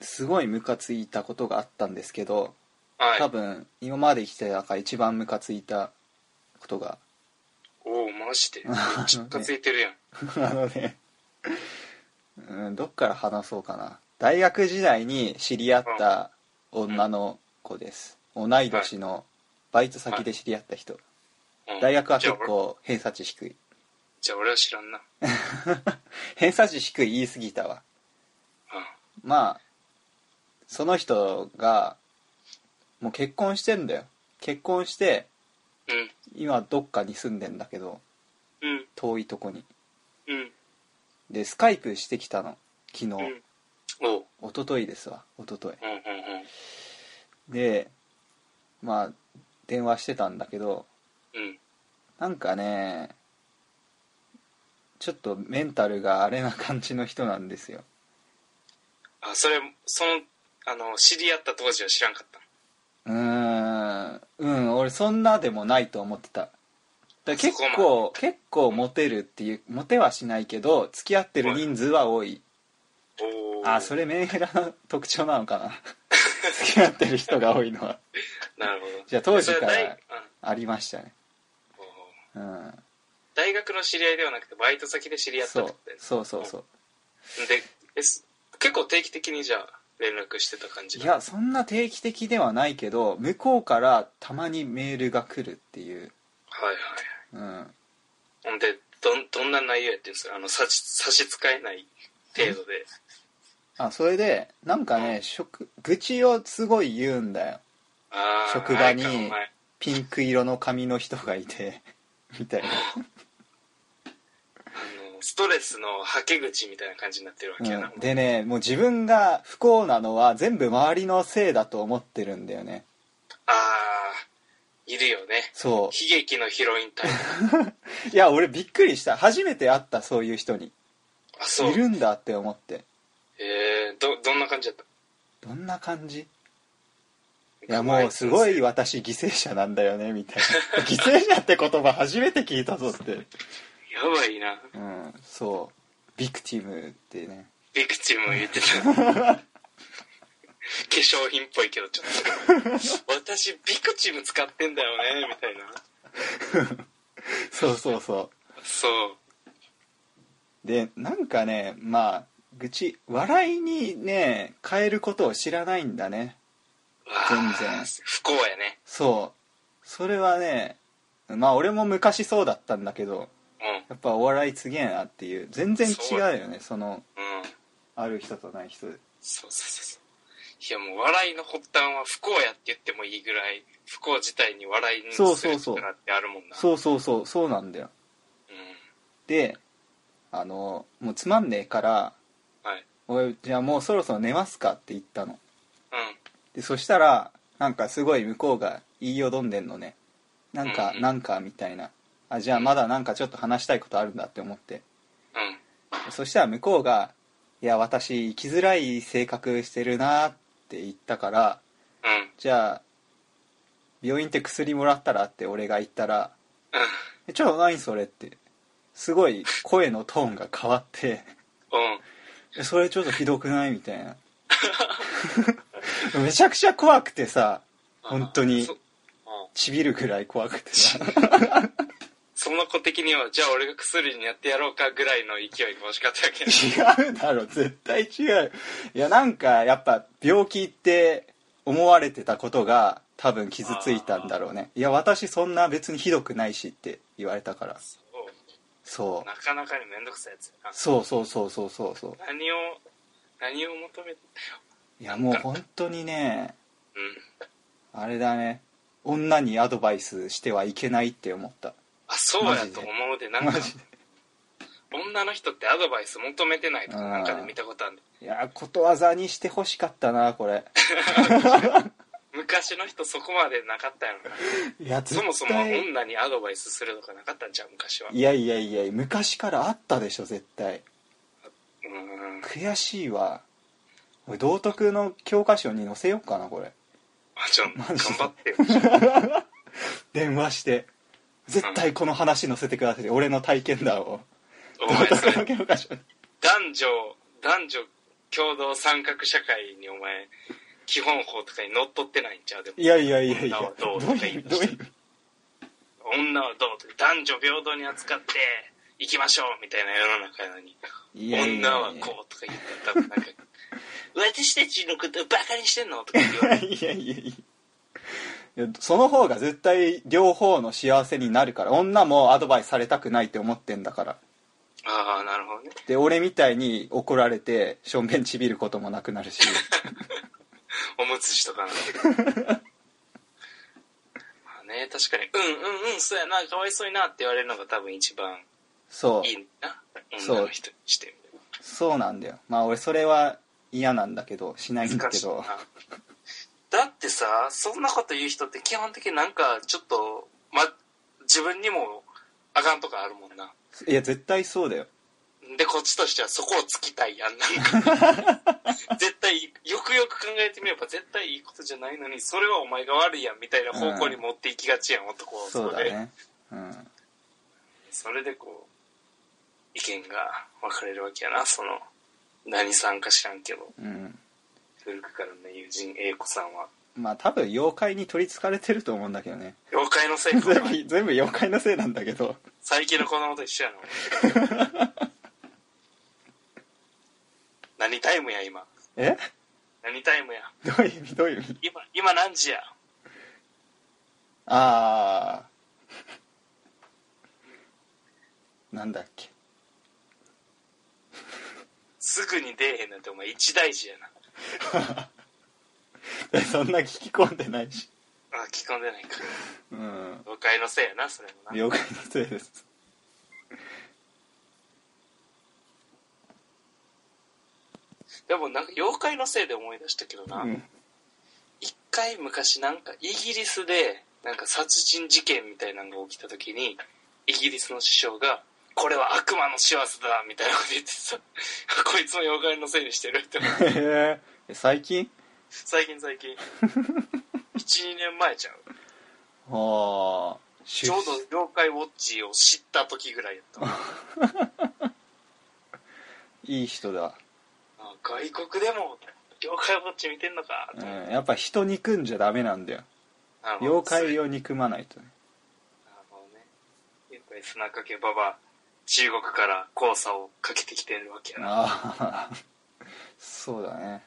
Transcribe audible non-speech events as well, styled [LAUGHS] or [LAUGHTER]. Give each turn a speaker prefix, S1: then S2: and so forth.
S1: すごいムカついたことがあったんですけど
S2: はい
S1: 多分今まで生きてた中一番ムカついたことが [LAUGHS]
S2: おおマジでめっちゃムカついてるやん
S1: あのねうんどっから話そうかな大学時代に知り合った女の子です同い年のバイト先で知り合った人
S2: うん
S1: 大学は結
S2: じゃあ俺
S1: 構偏差値低い [LAUGHS]
S2: じゃあ俺は知らんな
S1: 偏差値低い言い過ぎたわ
S2: う
S1: まあその人がもう結婚してんだよ結婚して
S2: んうん
S1: 今どっかに住んでんだけど
S2: うん
S1: 遠いとこに
S2: うん
S1: でスカイプしてきたの昨日、
S2: うんおう
S1: 一昨日ですわ一昨日
S2: うんうんうん
S1: でまあ電話してたんだけど
S2: うん
S1: なんかねちょっとメンタルがあれな感じの人なんですよ
S2: あそれそのあの知り合った当時は知らんかった
S1: うーんうん俺そんなでもないと思ってただから結
S2: そ
S1: 構結構モテるっていうモテはしないけど付き合ってる人数は多い
S2: おお
S1: あそれメンヘラの特徴なのかな [LAUGHS] 付き合ってる人が多いのは
S2: なるほど
S1: じゃあ当時
S2: それ
S1: か
S2: は大,うん、
S1: らありましたね
S2: おう
S1: うん
S2: 大学の知り合いではなくてバイト先で知り合った
S1: そ
S2: っ
S1: う
S2: てことだよね
S1: そうそうそう
S2: でえす結構定期的にじゃあ連絡してた感じ
S1: い
S2: だ
S1: やそんな定期的ではないけど向こうからたまにメールが来るっていう、
S2: はいはいはい
S1: うん、
S2: ほんでどんどんな内容やってるんですかあの差し差し支えない程度で
S1: あそれでなんかね職愚痴をすごい言うんだよ
S2: ああ
S1: 職場に
S2: お前
S1: ピンク色の髪の人がいて [LAUGHS] みたいな、
S2: あのストレスのはけ口みたいな感じになってるわけやな、 [LAUGHS]
S1: うん、でねもう自分が不幸なのは全部周りのせいだと思ってるんだよね
S2: ああいるよね
S1: そ
S2: 悲劇のヒロインタイプ
S1: ういや俺びっくりした初めて会ったそういう人に
S2: あそう
S1: いるんだって思って
S2: えー、どどんな感じだった
S1: どんな感じい
S2: い
S1: やもうすごい私犠牲者なんだよねみたい [LAUGHS] な犠牲者って言葉初めて聞いたぞって
S2: やばいな
S1: うんそうビクティムってね
S2: ビクチム言っ
S1: [LAUGHS]
S2: てた化粧品っぽいけどちょっと私ビクチム使ってんだよねみたいな
S1: そうそうそ
S2: そう
S1: うでなんかねまあ愚痴笑いにね変えることを知らないんだね
S2: わあ
S1: 全然
S2: 不幸やね
S1: そうそれはねまあ俺も昔そうだったんだけどやっぱお笑いすげえなっていう全然違うよねその
S2: うんうん
S1: ある人とない人で
S2: そうそうそうそういやもう笑いの発端は不幸やって言ってもいいぐらい不幸自体に笑いにす
S1: そうそう
S2: る
S1: そう
S2: 力ってあるもんなう
S1: そうそうそうそうなんだよ
S2: ん
S1: であのもうつまんねえから
S2: はい
S1: 俺じゃあもうそろそろ寝ますかって言ったの
S2: うん
S1: でそしたらなんかすごい向こうが言いよどんでんのねなんか、
S2: うんうん
S1: なんかみたいなあじゃあまだなんかちょっと話したいことあるんだって思って
S2: うん
S1: そしたら向こうが「いや私生きづらい性格してるな」って言ったから
S2: うん
S1: じゃあ病院って薬もらったらって俺が言ったら「えちょっと何それ」ってすごい声のトーンが変わって
S2: うんうん
S1: えそれちょっとひどくないみたいな [LAUGHS] めちゃくちゃ怖くてさ本当に
S2: そうん
S1: ちびるぐらい怖くてさ
S2: その子的にはじゃあ俺が薬にやってやろうかぐらいの勢いが欲しかったわけや
S1: 違うだろ絶対違ういやなんかやっぱ病気って思われてたことが多分傷ついたんだろうねいや私そんな別にひどくないしって言われたから
S2: そう
S1: そう
S2: なかなかにめんどくさいやつや
S1: そうそうそうそうそうそう
S2: な何を何を求めて
S1: いやもう本当にね
S2: うん
S1: あれだね女にアドバイスしてはいけないって思った
S2: あそうや
S1: マジで
S2: と思うでなん
S1: マ
S2: か
S1: ジで
S2: 女の人ってアドバイス求めてないとかなんかで見たことある
S1: いやことわざにしてほしかったなこれ
S2: 昔の人そこまでなかったやろない
S1: や絶
S2: そ
S1: 対
S2: もそも女にアドバイスするとかなかったんじゃう昔はう
S1: いやいやいや昔からあったでしょ絶対
S2: ん
S1: 悔しいわ俺道徳の教科書に載せようかなこれ
S2: あちょ頑
S1: マジで
S2: 張ってよ
S1: 電話して絶対この話載せてください俺の体験談を
S2: お
S1: 道
S2: 前そ
S1: 徳
S2: れ
S1: の教科書に
S2: 男女男女共同参画社会にお前、基本法とかにのっとってないんちゃうでも
S1: い。やいやいやいや
S2: 女はどう
S1: どういうどういう
S2: 女はどうと男女平等に扱って行きましょうみたいな世の中やのに
S1: いやいやいや
S2: 女はこうとか言ったら多分なんか [LAUGHS] 私たちのことバカにしてんのとか言われる
S1: いやいやいやいやその方が絶対両方の幸せになるから女もアドバイスされたくないって思ってんだから
S2: ああなるほどね
S1: で俺みたいに怒られてしょんべんちびることもなくな
S2: [LAUGHS]
S1: るし
S2: おむつしとかな [LAUGHS] まあね確かに「うんうんうんそうやなかわいそうにな」って言われるのが多分一番
S1: そう
S2: いいな
S1: そう
S2: 女の人にして
S1: そうなんだよまあ俺それは嫌なんだけどしないんだ
S2: 難
S1: け
S2: しい
S1: ど
S2: なだってさそんなこと言う人って基本的になんかちょっと、ま、自分にもあかんとかあるもんな
S1: [LAUGHS]
S2: い
S1: や絶対そうだよ
S2: でこっちとしてはそこをつきたいやんな
S1: [LAUGHS]
S2: んか絶対よくよく考えてみれば絶対いいことじゃないのにそれはお前が悪いやんみたいな方向に持っていきがちやん、男は
S1: そうだ
S2: れ
S1: ねうん
S2: それでこう意見が分かれるわけやなその何さんか知らんけど
S1: うん
S2: 古くからの友人 A 子さんは
S1: まあ多分妖怪に取りつかれてると思うんだけどね
S2: 妖怪のせい
S1: 全部 [LAUGHS]
S2: か
S1: 全部妖怪のせいなんだけど [LAUGHS]
S2: 最近の子供と一緒やの何タイムや今
S1: え
S2: 何タイムや
S1: どういう意味どういう意味
S2: 今今何時や
S1: ああなんだっけ [LAUGHS]
S2: すぐに出えへんなんてお前一大事やな
S1: えそんな聞き込んでないし
S2: あ聞こんでないか
S1: うん
S2: 妖怪のせいやなそれもな
S1: 妖怪のせいです
S2: でもなんか妖怪のせいで思い出したけど
S1: う
S2: な、
S1: ん
S2: 一回昔なんかイギリスでなんか殺人事件みたいなのが起きた時にイギリスの首相が「これは悪魔の仕業だ」みたいなこと言ってさ [LAUGHS] 「こいつも妖怪のせいにしてる」って思う
S1: へえ [LAUGHS] 最近
S2: 最近
S1: [LAUGHS]
S2: 最近12年前ちゃう
S1: ああ
S2: ちょうど妖怪ウォッチを知った時ぐらい
S1: [LAUGHS]
S2: やったわ
S1: いい人だ、
S2: あ外国でも妖怪ウォッチ見てんのか
S1: うん、やっぱ人憎んじゃダメなんだよ
S2: なるほど
S1: 妖怪を憎まないとね
S2: なるほどね妖怪砂かけばば中国から黄砂をかけてきてるわけやな
S1: ああ [LAUGHS] そうだね